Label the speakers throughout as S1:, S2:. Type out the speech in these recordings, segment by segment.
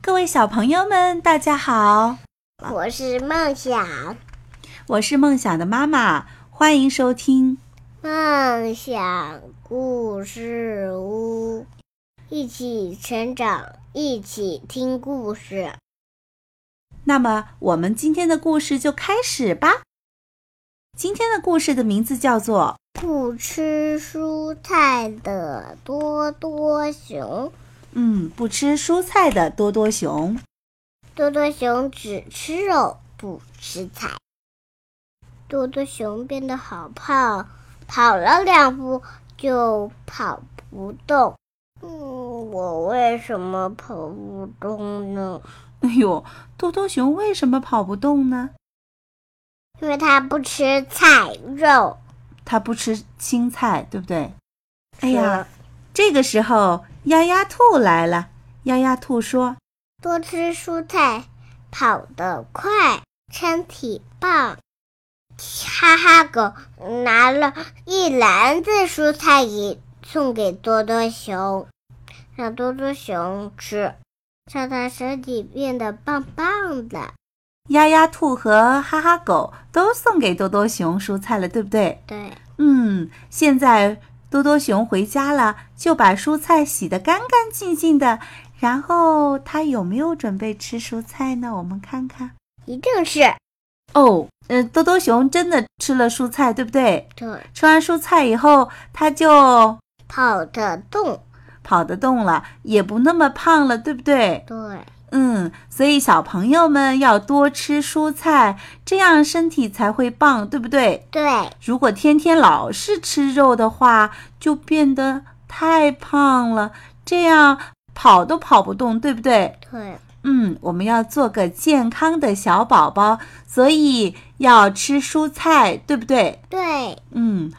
S1: 各位小朋友们，大家好，
S2: 我是梦想，
S1: 我是梦想的妈妈，欢迎收听。
S2: 梦想故事屋，一起成长，一起听故事。
S1: 那么，我们今天的故事就开始吧。今天的故事的名字叫做
S2: 不吃蔬菜的多多熊，
S1: “嗯，不吃蔬菜的多多熊
S2: 多多熊只吃肉不吃菜。多多熊变得好胖，跑了两步就跑不动。嗯，我为什么跑不动呢？”。
S1: 哎呦，多多熊为什么跑不动呢？
S2: 因为它不吃菜肉。
S1: 它不吃青菜，对不对？哎呀，这个时候丫丫兔来了。丫丫兔说
S2: 多吃蔬菜，跑得快，身体棒。哈哈狗拿了一篮子蔬菜给送给多多熊，让多多熊吃，让它身体变得棒棒的。：“
S1: 丫丫兔和哈哈狗都送给多多熊蔬菜了，对不对？”
S2: 对，
S1: 嗯，现在多多熊回家了，就把蔬菜洗得干干净净的。然后它有没有准备吃蔬菜呢？我们看看。
S2: 一定是
S1: 哦，呃，多多熊真的吃了蔬菜，对不对？
S2: 对，
S1: 吃完蔬菜以后，它就
S2: 跑得动，
S1: 跑得动了，也不那么胖了，对不对？
S2: 对，
S1: 嗯，所以小朋友们要多吃蔬菜，这样身体才会棒，对不对？
S2: 对，
S1: 如果天天老是吃肉的话，就变得太胖了，这样跑都跑不动，对不对？
S2: 对，
S1: 嗯，我们要做个健康的小宝宝，所以要吃蔬菜，对不对？
S2: 对。
S1: 嗯，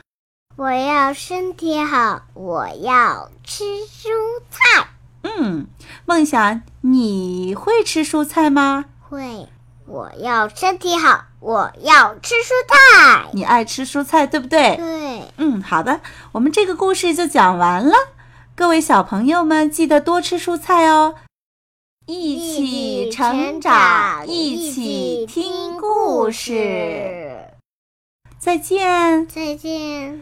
S2: 我要身体好，我要吃蔬菜。
S1: 嗯，梦想，你会吃蔬菜吗？
S2: 会，我要身体好，我要吃蔬菜。
S1: 你爱吃蔬菜，对不对？
S2: 对，
S1: 嗯，好的，我们这个故事就讲完了。各位小朋友们，记得多吃蔬菜哦，一起成长，一起听故事。。再见。
S2: 再见。